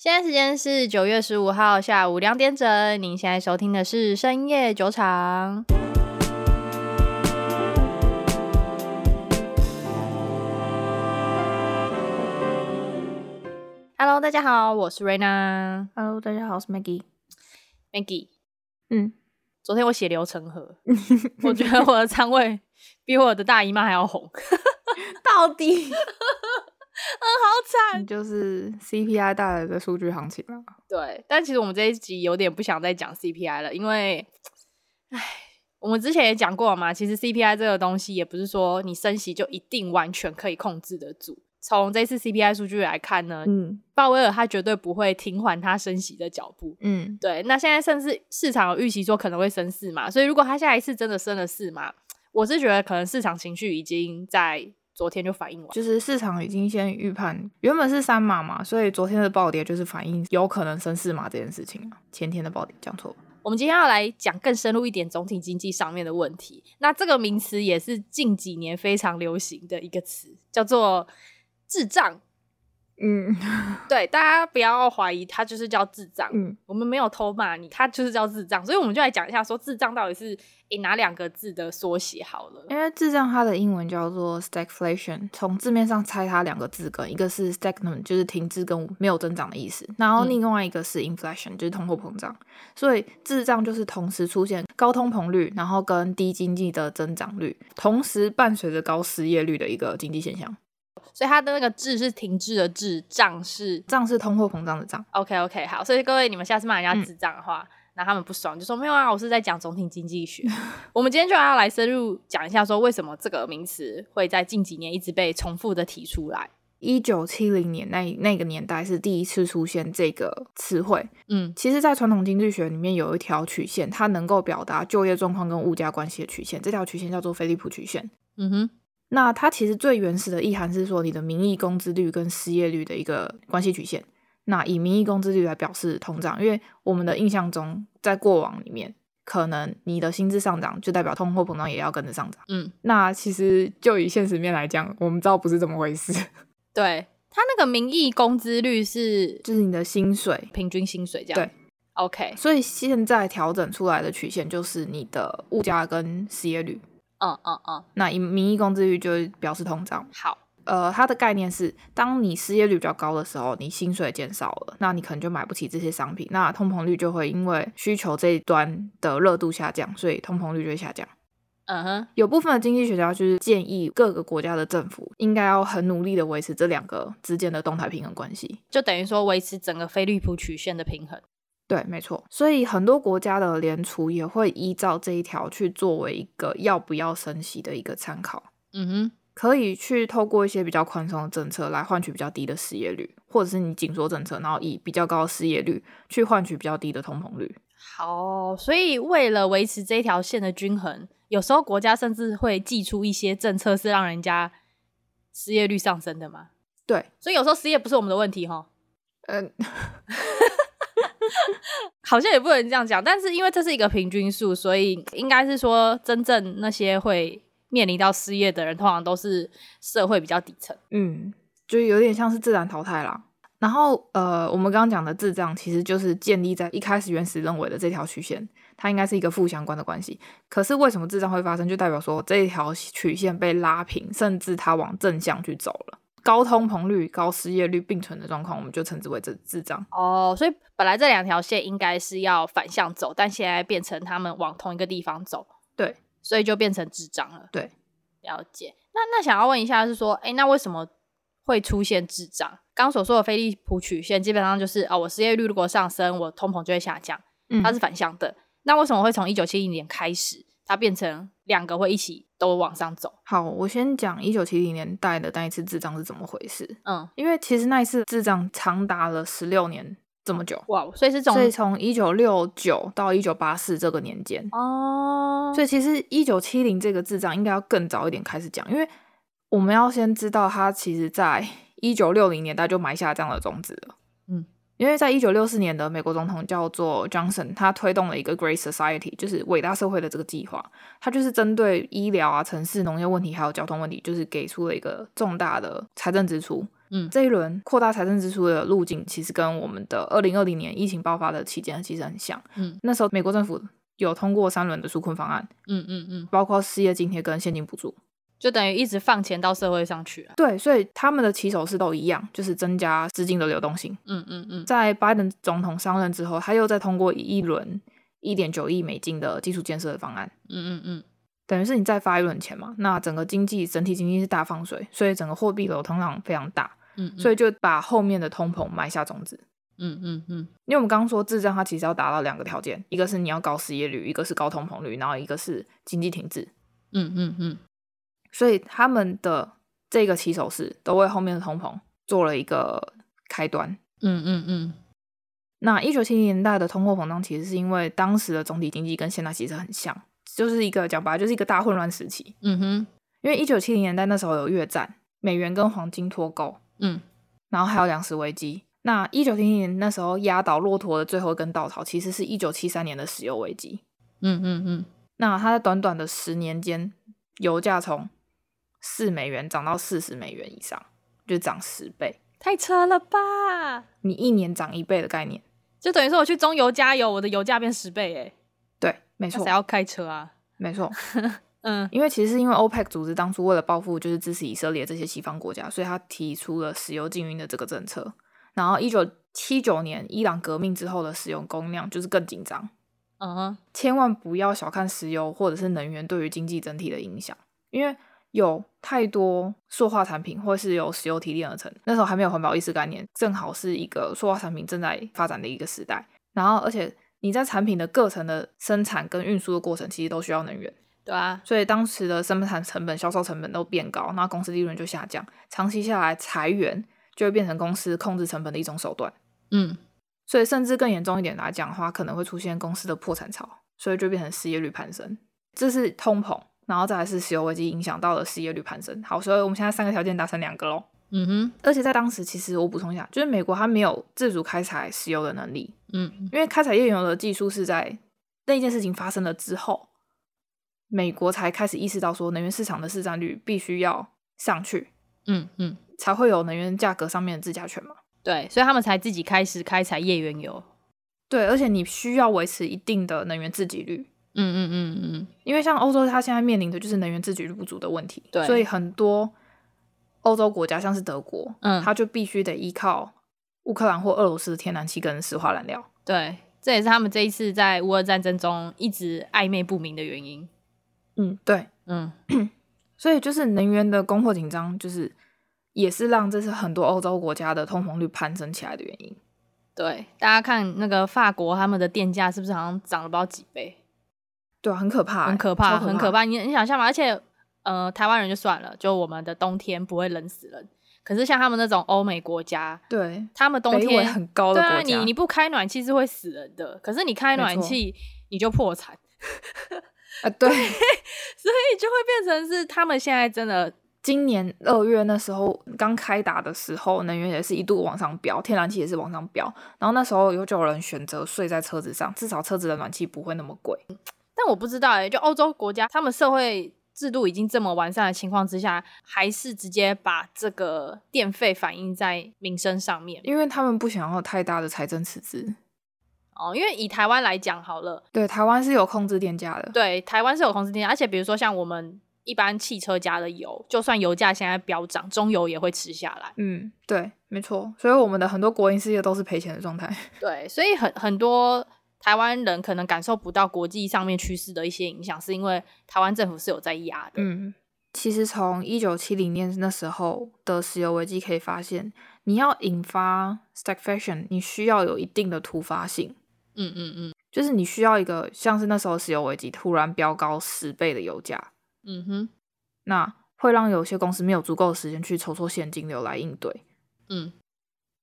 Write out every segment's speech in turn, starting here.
现在时间是九月十五号下午两点整，您现在收听的是深夜酒场。Hello，大家好，我是 Raina Hello，大家好，我是 Maggie。 Maggie。嗯，昨天我血流成河， 我觉得我的仓位比我的大姨妈还要红， 到底好你就是 CPI 带来的数据行情啊？对，但其实我们这一集有点不想再讲 CPI 了，因为，唉，我们之前也讲过嘛，其实 CPI 这个东西也不是说你升息就一定完全可以控制得住。从这次 CPI 数据来看呢，嗯鲍威尔他绝对不会停缓他升息的脚步。嗯，对，那现在甚至市场有预期说可能会升四嘛，所以如果他下一次真的升了四嘛，我是觉得可能市场情绪已经在昨天就反映完。就是市场已经先预判，原本是三码嘛，所以昨天的暴跌就是反映有可能升四码这件事情啊。前天的暴跌讲错了，我们今天要来讲更深入一点总体经济上面的问题。那这个名词也是近几年非常流行的一个词，叫做“智障嗯”对，大家不要怀疑，它就是叫智障。嗯，我们没有偷骂你，它就是叫智障。所以我们就来讲一下，说智障到底是诶哪两个字的缩写好了。因为智障它的英文叫做 stagflation，从字面上猜它两个字根，一个是 stagnant 就是停滞跟没有增长的意思，然后嗯另外一个是 inflation 就是通货膨胀，所以智障就是同时出现高通膨率，然后跟低经济的增长率，同时伴随着高失业率的一个经济现象。所以它的那个“智”是停滞的“智”，障是胀是通货膨胀的胀， OK OK 好。所以各位，你们下次骂人家嗯智障的话。那他们不爽，就说没有啊，我是在讲总体经济学。 我们今天就要来深入讲一下，说为什么这个名词会在近几年一直被重复的提出来。一九七零年那那个年代是第一次出现这个词汇，嗯，其实，在传统经济学里面有一条曲线，它能够表达就业状况跟物价关系的曲线，这条曲线叫做菲利普曲线。嗯哼，那它其实最原始的意涵是说，你的名义工资率跟失业率的一个关系曲线。那以名义工资率来表示通胀，因为我们的印象中，在过往里面，可能你的薪资上涨就代表通货膨胀也要跟着上涨。嗯，那其实就以现实面来讲，我们知道不是这么回事， 对，它那个名义工资率是就是你的薪水平均薪水这样。对，OK，所以现在调整出来的曲线就是你的物价跟失业率。嗯嗯嗯，那以名义工资率就是表示通胀。好，呃，它的概念是，当你失业率比较高的时候，你薪水减少了，那你可能就买不起这些商品，那通膨率就会因为需求这一端的热度下降，所以通膨率就会下降。嗯哼，有部分的经济学家就是建议各个国家的政府应该要很努力的维持这两个之间的动态平衡关系。就等于说维持整个菲利普曲线的平衡。对，没错。所以很多国家的联储也会依照这一条去作为一个要不要升息的一个参考，嗯哼，可以去透过一些比较宽松的政策来换取比较低的失业率，或者是你紧缩政策，然后以比较高的失业率去换取比较低的通膨率。好，所以为了维持这条线的均衡，有时候国家甚至会祭出一些政策是让人家失业率上升的嘛。对，所以有时候失业不是我们的问题哈，嗯、好像也不能这样讲。但是因为这是一个平均数，所以应该是说，真正那些会面临到失业的人，通常都是社会比较底层。 嗯，就是有点像是自然淘汰啦。然后呃，我们刚刚讲的智障其实就是建立在一开始原始认为的这条曲线，它应该是一个负相关的关系。可是为什么智障会发生，就代表说这一条曲线被拉平，甚至它往正向去走了。高通膨率、高失业率并存的状况，我们就称之为这智障。哦，所以本来这两条线应该是要反向走，但现在变成他们往同一个地方走，对，所以就变成智障了。对，了解。那那想要问一下，是说，哎，那为什么会出现智障？刚所说的菲利普曲线基本上就是哦，我失业率如果上升，我通膨就会下降，嗯它是反向的。那为什么会从一九七零年开始，它变成两个会一起都往上走？好，我先讲一九七零年代的那一次智障是怎么回事，嗯，因为其实那一次智障长达了十六年这么久。哇，哦所以是从所以从一九六九到一九八四这个年间，哦，所以其实一九七零这个智障应该要更早一点开始讲，因为我们要先知道它其实在一九六零年代就埋下这样的种子了。嗯，因为在一九六四年的美国总统叫做 Johnson，他推动了一个 Great Society，就是伟大社会的这个计划，他就是针对医疗啊、城市、农业问题还有交通问题，就是给出了一个重大的财政支出。嗯这一轮扩大财政支出的路径，其实跟我们的二零二零年疫情爆发的期间其实很像。嗯那时候美国政府有通过三轮的纾困方案，嗯嗯嗯，包括失业津贴跟现金补助。就等于一直放钱到社会上去啊。对，所以他们的起手式都一样，就是增加资金的流动性。嗯嗯嗯在拜登总统上任之后，他又再通过一轮一点九亿美金的基础建设的方案，嗯嗯嗯，等于是你再发一轮钱嘛。那整个经济整体经济是大放水，所以整个货币流通量非常大，嗯，所以以就把后面的通膨埋下种子。嗯嗯嗯因为我们刚刚说，滞胀它其实要达到两个条件，一个是你要高失业率，一个是高通膨率，然后一个是经济停滞。嗯嗯嗯所以他们的这个起手式都为后面的通膨做了一个开端。嗯嗯嗯那一九七零年代的通货膨胀，其实是因为当时的总体经济跟现在其实很像，就是一个讲白了就是一个大混乱时期。嗯哼，因为一九七零年代那时候有越战，美元跟黄金脱钩，嗯然后还有粮食危机。那一九七零年那时候压倒骆驼的最后一根稻草，其实是一九七三年的石油危机。嗯嗯嗯那它在短短的十年间，油价从四美元涨到四十美元以上，就涨十倍，太扯了吧！你一年涨一倍的概念。就等于说我去中油加油，我的油价变十倍哎、对，没那错谁，要开车啊？没错。嗯因为其实是因为 OPEC 组织当初为了报复就是支持以色列这些西方国家，所以他提出了石油禁运的这个政策。然后一九七九年伊朗革命之后的石油供应量就是更紧张，嗯哼，千万不要小看石油或者是能源对于经济整体的影响，因为有太多塑化产品或是由石油提炼而成。那时候还没有环保意识概念，正好是一个塑化产品正在发展的一个时代。然后而且你在产品的各层的生产跟运输的过程，其实都需要能源。对啊，所以当时的生产成本、销售成本都变高，那公司利润就下降。长期下来，裁员就会变成公司控制成本的一种手段。嗯所以，甚至更严重一点来讲的话，可能会出现公司的破产潮，所以就变成失业率攀升。这是通膨，然后再来是石油危机影响到了失业率攀升。好，所以我们现在三个条件达成两个喽。嗯哼，而且在当时，其实我补充一下，就是美国它没有自主开采石油的能力，嗯因为开采页岩油的技术是在那件事情发生了之后，美国才开始意识到说能源市场的市占率必须要上去，嗯嗯，才会有能源价格上面的自驾权嘛。对，所以他们才自己开始开采页岩油。对，而且你需要维持一定的能源自给率，嗯嗯嗯嗯，因为像欧洲它现在面临的就是能源自给率不足的问题，对所以很多欧洲国家像是德国，嗯它就必须得依靠乌克兰或俄罗斯的天然气跟石化燃料。对，这也是他们这一次在乌俄战争中一直暧昧不明的原因。嗯，对，嗯所以就是能源的供货紧张，就是也是让这是很多欧洲国家的通膨率攀升起来的原因。对，大家看那个法国他们的电价是不是好像涨了不知道几倍，对啊，很可怕欸、很可怕，超很可。怕。你你想象嘛，而且呃，台湾人就算了，就我们的冬天不会冷死人，可是像他们那种欧美国家，对，他们冬北纬天很高的对国啊，家，你你不开暖气是会死人的，可是你开没暖错气你就破产，啊，对，所以就会变成是他们现在真的今年二月那时候刚开打的时候，能源也是一度往上飙，天然气也是往上飙。然后那时候有就有人选择睡在车子上，至少车子的暖气不会那么贵。但我不知道哎、就欧洲国家他们社会制度已经这么完善的情况之下，还是直接把这个电费反映在民生上面因为他们不想要太大的财政赤字。哦。因为以台湾来讲好了，对，台湾是有控制电价的。对台湾是有控制电价，而且比如说像我们一般汽车加的油，就算油价现在飙涨，中油也会吃下来。嗯，对，没错。所以我们的很多国营事业都是赔钱的状态。对，所以很很多台湾人可能感受不到国际上面趋势的一些影响，是因为台湾政府是有在压的。嗯，其实从一九七零年那时候的石油危机可以发现，你要引发 stagflation，你需要有一定的突发性，嗯嗯嗯就是你需要一个像是那时候石油危机突然飙高十倍的油价，嗯哼那会让有些公司没有足够的时间去筹措现金流来应对。嗯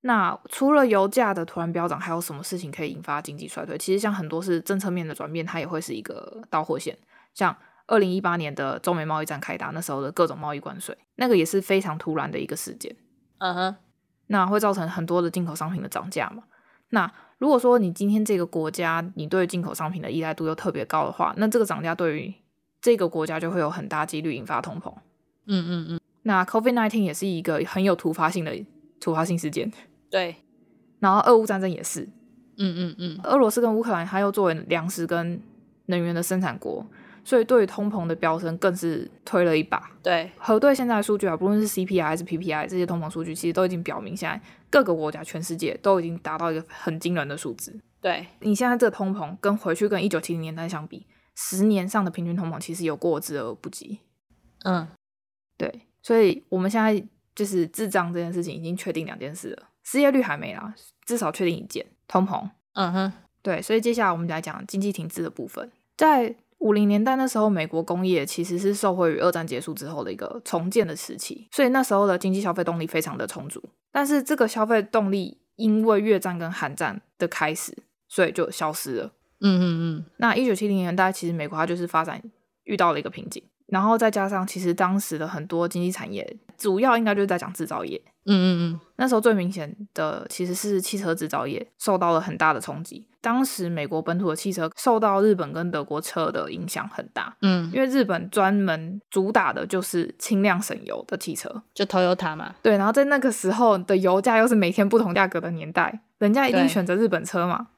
那除了油价的突然飙涨，还有什么事情可以引发经济衰退？其实像很多是政策面的转变，它也会是一个导火线。像二零一八年的中美贸易战开打，那时候的各种贸易关税，那个也是非常突然的一个事件，嗯哼那会造成很多的进口商品的涨价嘛。那如果说你今天这个国家你对进口商品的依赖度又特别高的话，那这个涨价对于这个国家就会有很大几率引发通膨。嗯嗯嗯。那 COVID nineteen 也是一个很有突发性的楚华新事件，对，然后俄乌战争也是，嗯嗯嗯，俄罗斯跟乌克兰，它又作为粮食跟能源的生产国，所以对于通膨的飙升更是推了一把。对，核对现在的数据啊，不论是 CPI 还是 PPI 这些通膨数据，其实都已经表明，现在各个国家、全世界都已经达到一个很惊人的数字。对，你现在这个通膨跟回去跟一九七零年代相比，十年上的平均通膨其实有过之而不及。嗯，对，所以我们现在就是智障这件事情已经确定两件事了，失业率还没啦，至少确定一件，通膨。嗯哼，对，所以接下来我们来讲经济停滞的部分。在五零年代那时候，美国工业其实是受惠于二战结束之后的一个重建的时期，所以那时候的经济消费动力非常的充足。但是这个消费动力因为越战跟韩战的开始，所以就消失了。嗯嗯嗯，那一九七零年代，其实美国它就是发展遇到了一个瓶颈，然后再加上其实当时的很多经济产业，主要应该就是在讲制造业，嗯嗯嗯，那时候最明显的其实是汽车制造业受到了很大的冲击。当时美国本土的汽车受到日本跟德国车的影响很大，嗯，因为日本专门主打的就是轻量省油的汽车。就 Toyota 嘛，对，然后在那个时候的油价又是每天不同价格的年代，人家一定对选择日本车嘛。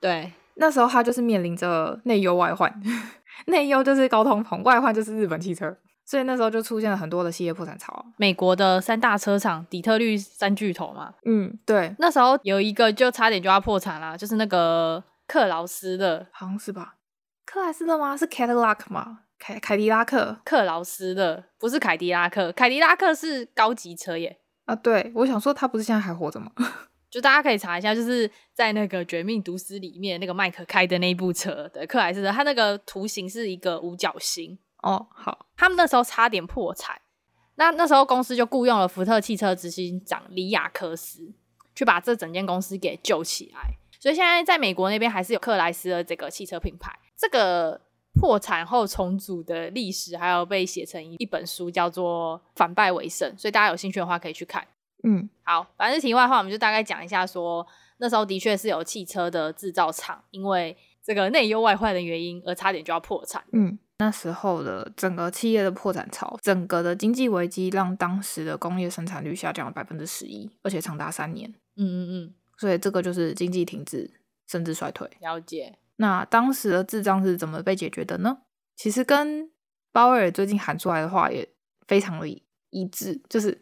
对，那时候它就是面临着内忧外患， 内忧就是高通膨，外患就是日本汽车，所以那时候就出现了很多的企业破产潮。啊美国的三大车厂底特律三巨头嘛，嗯，对，那时候有一个就差点就要破产啦，就是那个克劳斯的好像是吧？克莱斯勒吗？是 Cadillac 吗？凯凯迪拉克克劳斯的，不是凯迪拉克，凯迪拉克是高级车耶。啊？对，我想说他不是现在还活着吗？就大家可以查一下，就是在那个《绝命毒师》里面，那个麦克开的那一部车的克莱斯勒，他那个图形是一个五角星。哦，好，他们那时候差点破产，那那时候公司就雇佣了福特汽车执行长里亚科斯，去把这整间公司给救起来。所以现在在美国那边还是有克莱斯勒这个汽车品牌。这个破产后重组的历史，还有被写成一本书，叫做《反败为胜》，所以大家有兴趣的话可以去看。嗯好，反正题外话，我们就大概讲一下说，那时候的确是有汽车的制造厂，因为这个内忧外患的原因，而差点就要破产。嗯，那时候的整个企业的破产潮，整个的经济危机让当时的工业生产率下降了百分之十一，而且长达三年，嗯嗯嗯，所以这个就是经济停滞甚至衰退。了解。那当时的滞胀是怎么被解决的呢？其实跟鲍威尔最近喊出来的话也非常的一致，就是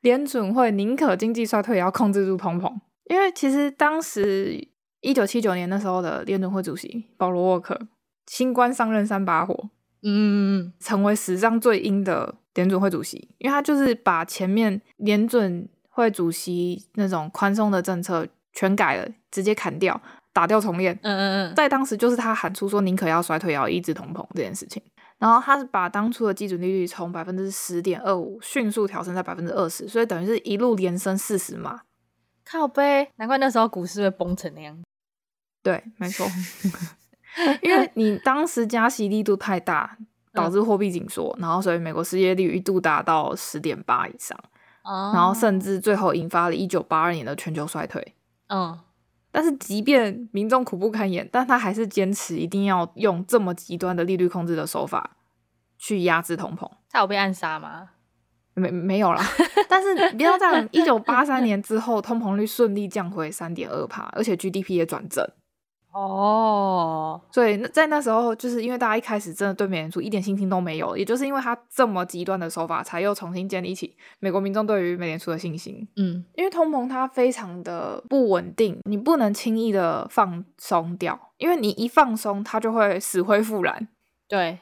联准会宁可经济衰退也要控制住通膨。因为其实当时一九七九年那时候的联准会主席保罗沃克新官上任三把火，嗯嗯嗯成为史上最鹰的联准会主席，因为他就是把前面联准会主席那种宽松的政策全改了，直接砍掉，打掉重练。嗯嗯嗯嗯，在当时就是他喊出说宁可要衰退也要抑制通膨这件事情。然后他是把当初的基准利率从百分之十点二五迅速调升在百分之二十，所以等于是一路连升四十码。靠背，难怪那时候股市会崩成那样。对，没错，因为你当时加息力度太大，导致货币紧缩，然后所以美国失业率一度达到十点八以上，哦然后甚至最后引发了一九八二年的全球衰退。嗯，但是即便民众苦不堪言，但他还是坚持一定要用这么极端的利率控制的手法去压制通膨。他有被暗杀吗？没没有啦，但是不要这样。一九八三年之后，通膨率顺利降回三点二帕，而且 GDP 也转正。哦，所以那在那时候，就是因为大家一开始真的对美联储一点信心都没有，也就是因为他这么极端的手法，才又重新建立起美国民众对于美联储的信心。嗯因为通膨它非常的不稳定，你不能轻易的放松掉，因为你一放松，它就会死灰复燃。对，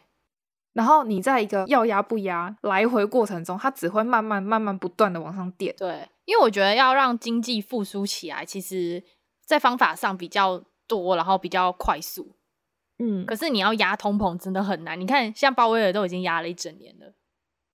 然后你在一个要压不压来回过程中，它只会慢慢慢慢不断的往上垫。对，因为我觉得要让经济复苏起来，其实在方法上比较多，然后比较快速。嗯可是你要压通膨真的很难。你看，像鲍威尔都已经压了一整年了。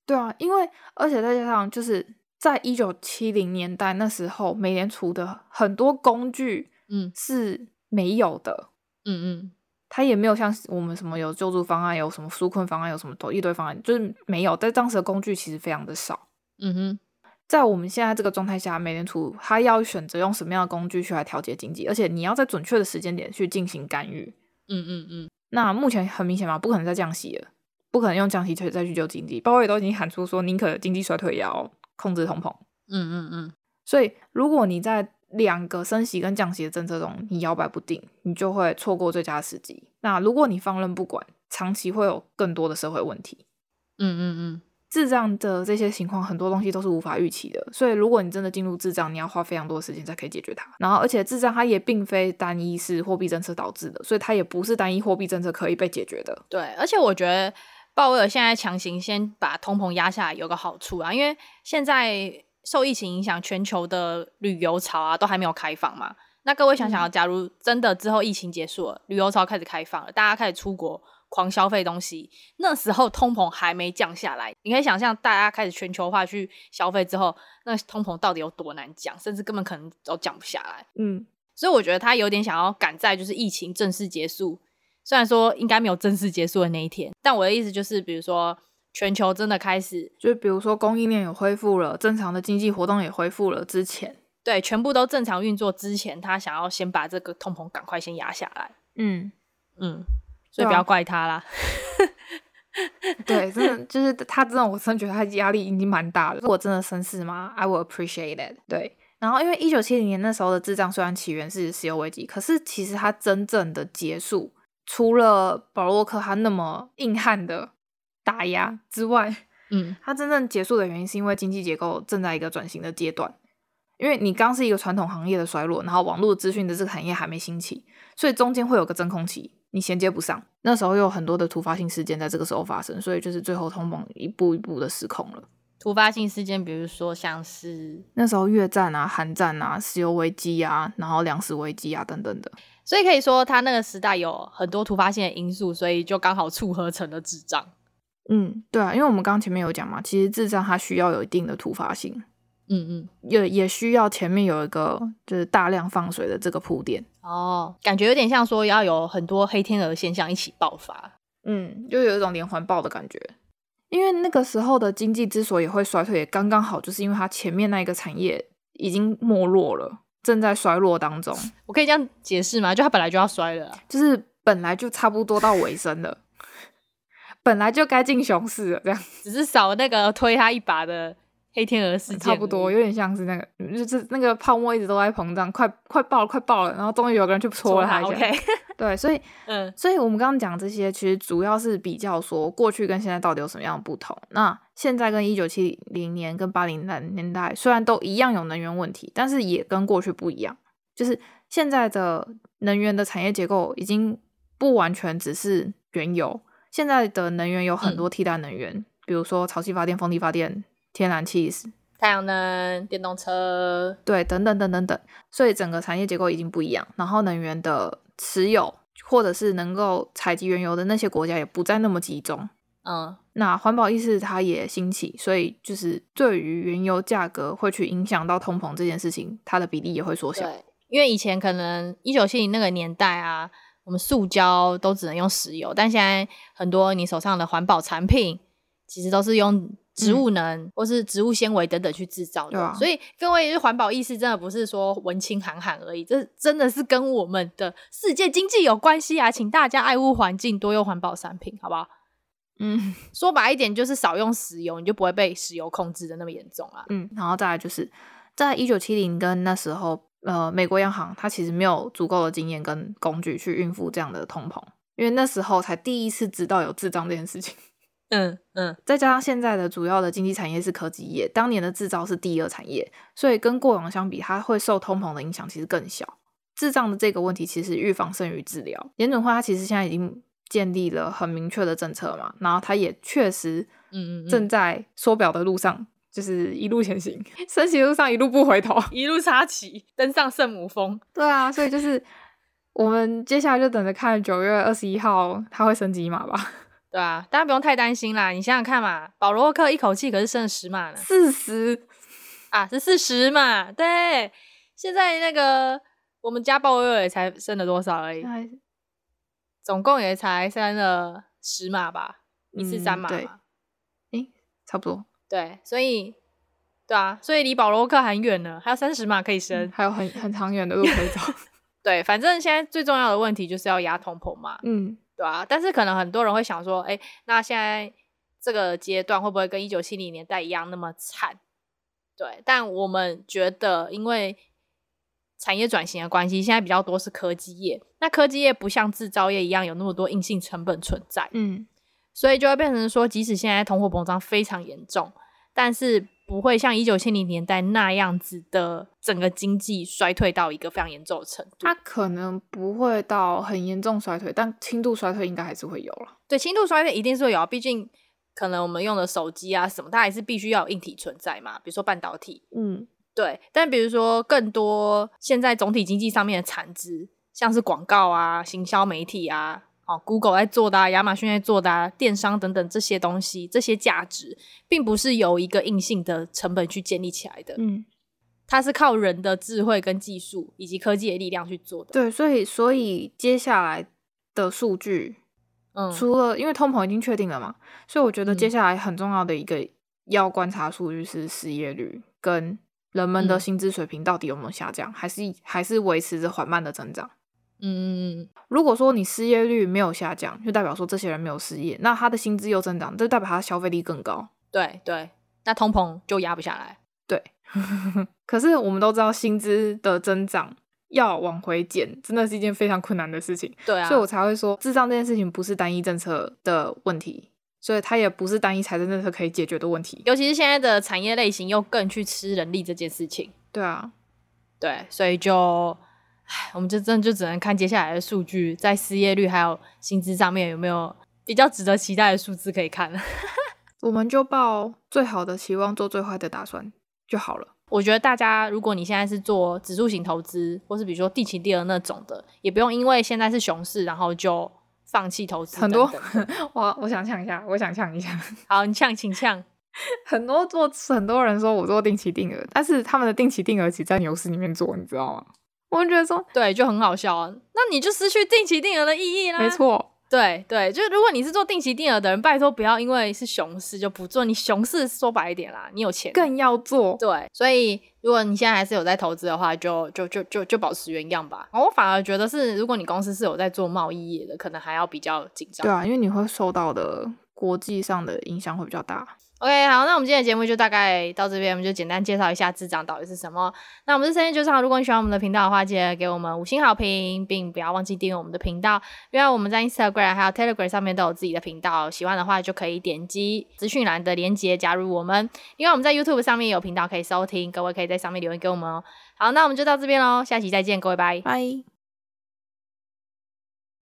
对啊，因为而且再加上就是在一九七零年代那时候，美联储的很多工具嗯是没有的，嗯嗯，它也没有像我们什么有救助方案，有什么纾困方案，有什么一堆方案，就是没有。在当时的工具其实非常的少。嗯哼，在我们现在这个状态下，美联储它要选择用什么样的工具去来调节经济，而且你要在准确的时间点去进行干预。嗯嗯嗯，那目前很明显嘛，不可能再降息了，不可能用降息去再去救经济。鲍威尔都已经喊出说，宁可经济衰退也要控制通膨。嗯嗯嗯，所以如果你在两个升息跟降息的政策中你摇摆不定，你就会错过最佳时机。那如果你放任不管，长期会有更多的社会问题。嗯嗯嗯，滞胀的这些情况，很多东西都是无法预期的，所以如果你真的进入滞胀，你要花非常多的时间才可以解决它。然后，而且滞胀它也并非单一是货币政策导致的，所以它也不是单一货币政策可以被解决的。对，而且我觉得鲍威尔现在强行先把通膨压下来有个好处啊，因为现在受疫情影响，全球的旅游潮啊都还没有开放嘛。那各位想想，假如真的之后疫情结束了，旅游潮开始开放了，大家开始出国狂消费东西，那时候通膨还没降下来，你可以想象大家开始全球化去消费之后，那通膨到底有多难降，甚至根本可能都降不下来。嗯，所以我觉得他有点想要赶在就是疫情正式结束，虽然说应该没有正式结束的那一天，但我的意思就是，比如说全球真的开始就比如说供应链也恢复了，正常的经济活动也恢复了之前，对全部都正常运作之前，他想要先把这个通膨赶快先压下来，嗯，嗯，所以对啊不要怪他啦。 对，真的就是他真的，我真的觉得他压力已经蛮大了。我真的深思吗？I will appreciate it。对，然后因为一九七零年那时候的智障虽然起源是石油危机，可是其实它真正的结束，除了保罗沃克他那么硬汉的打压之外，嗯它真正结束的原因是因为经济结构正在一个转型的阶段。因为你刚是一个传统行业的衰落，然后网络资讯的这个产业还没兴起，所以中间会有个真空期，你衔接不上。那时候又有很多的突发性事件在这个时候发生，所以就是最后通膨一步一步的失控了。突发性事件，比如说像是，那时候越战啊、韩战啊、石油危机啊，然后粮食危机啊等等的，所以可以说他那个时代有很多突发性的因素，所以就刚好促合成了智障。嗯，对啊，因为我们刚刚前面有讲嘛，其实智障它需要有一定的突发性，嗯嗯，也也需要前面有一个就是大量放水的这个铺垫。哦，感觉有点像说要有很多黑天鹅现象一起爆发。嗯，就有一种连环爆的感觉。因为那个时候的经济之所以会衰退，也刚刚好，就是因为它前面那一个产业已经没落了，正在衰落当中，我可以这样解释吗？就他本来就要摔了啊、就是本来就差不多到尾声了， 本来就该进熊市了，这样只是少那个推他一把的黑天鹅事件而已，差不多，有点像是那个，就是那个泡沫一直都在膨胀，快快爆了，快爆了，然后终于有个人去戳戳了他它一下。哦 OK，对，所以嗯所以我们刚刚讲这些，其实主要是比较说过去跟现在到底有什么样的不同。那现在跟一九七零年跟八零年代虽然都一样有能源问题，但是也跟过去不一样，就是现在的能源的产业结构已经不完全只是原油，现在的能源有很多替代能源，比如说潮汐发电、风力发电、天然气、太阳能、电动车，对，等等等等等，所以整个产业结构已经不一样，然后能源的持有或者是能够采集原油的那些国家也不再那么集中。嗯，那环保意识它也兴起，所以就是对于原油价格会去影响到通膨这件事情，它的比例也会缩小。对，因为以前可能一九七零那个年代啊，我们塑胶都只能用石油，但现在很多你手上的环保产品其实都是用植物能、或是植物纤维等等去制造的，对啊所以各位就是环保意识真的不是说文青喊喊而已，这真的是跟我们的世界经济有关系啊！请大家爱护环境，多用环保产品，好不好？嗯 说白一点，就是少用石油，你就不会被石油控制的那么严重啊。嗯，然后再来就是在一九七零跟那时候，呃，美国央行它其实没有足够的经验跟工具去应付这样的通膨，因为那时候才第一次知道有滞胀这件事情。嗯嗯，再加上现在的主要的经济产业是科技业，当年的制造是第二产业，所以跟过往相比，它会受通膨的影响其实更小。智障的这个问题其实预防胜于治疗。联准会它其实现在已经建立了很明确的政策嘛，然后它也确实嗯嗯嗯正在缩表的路上，就是一路前行， 升息的路上一路不回头。一路插旗，登上圣母峰。对啊，所以就是我们接下来就等着看九月二十一号它会升级码吧，对啊，大家不用太担心啦。你想想看嘛，保罗沃克一口气可是升了十码呢，四十。啊，是四十嘛？对，现在那个我们家鲍威尔也才升了多少而已，哎总共也才升了十码吧，一次三码嘛、嗯对差不多，对，所以对啊，所以离保罗沃克还很远呢，还有三十码可以升。嗯还有很很长远的路可以走。对，反正现在最重要的问题就是要压通膨嘛，嗯，对啊。但是可能很多人会想说，哎，那现在这个阶段会不会跟一九七零年代一样那么惨？对，但我们觉得，因为产业转型的关系，现在比较多是科技业。那科技业不像制造业一样有那么多硬性成本存在，嗯，所以就会变成说，即使现在通货膨胀非常严重，但是不会像一九七零年代那样子的整个经济衰退到一个非常严重的程度它。可能不会到很严重衰退，但轻度衰退应该还是会有了。对，轻度衰退一定是会有啊，毕竟可能我们用的手机啊什么，它还是必须要有硬体存在嘛，比如说半导体。嗯，对，但比如说更多现在总体经济上面的产值，像是广告啊、行销媒体啊、哦，Google 在做的、啊、亚马逊在做的、啊、电商等等这些东西，这些价值并不是由一个硬性的成本去建立起来的，嗯，它是靠人的智慧跟技术以及科技的力量去做的。对，所以所以接下来的数据，嗯，除了因为通膨已经确定了嘛，所以我觉得接下来很重要的一个要观察数据是失业率跟人们的嗯薪资水平到底有没有下降，还是还是维持着缓慢的增长。嗯，如果说你失业率没有下降，就代表说这些人没有失业，那他的薪资又增长，这代表他的消费力更高。对对，那通膨就压不下来。可是我们都知道，薪资的增长要往回减，真的是一件非常困难的事情，对啊，所以我才会说，智障这件事情不是单一政策的问题，所以它也不是单一财政政策可以解决的问题。尤其是现在的产业类型又更去吃人力这件事情。对啊，对，所以就，唉，我们就真的就只能看接下来的数据，在失业率还有薪资上面有没有比较值得期待的数字可以看了。 我们就抱最好的期望，做最坏的打算就好 了。我觉得大家，如果你现在是做指数型投资，或是比如说地勤第二那种的，也不用因为现在是熊市，然后就放弃投资很等多等。我我想呛一下，我想呛一下， 好，你呛，请呛。 很多做很多人说我做定期定额，但是他们的定期定额只在牛市里面做，你知道吗？我就觉得说，对，就很好笑啊。那你就失去定期定额的意义啦。没，错，对对，就是如果你是做定期定额的人，拜托不要因为是熊市就不做。你熊市说白一点啦，你有钱更要做。对，所以如果你现在还是有在投资的话，就就就就就保持原样吧。哦我反而觉得是，如果你公司是有在做贸易业的，可能还要比较紧张。对啊，因为你会受到的国际上的影响会比较大。 OK，好，那我们今天的节目就大概到这边，我们就简单介绍一下智障到底是什么。那我们是深夜酒厂，如果你喜欢我们的频道的话，记得给我们五星好评，并不要忘记订阅我们的频道。另外，我们在 Instagram 还有 Telegram 上面都有自己的频道，喜欢的话就可以点击资讯栏的连接加入我们。因为我们在 YouTube 上面有频道可以收听，各位可以在上面留言给我们哦。好，那我们就到这边喽，下期再见，各位拜。拜。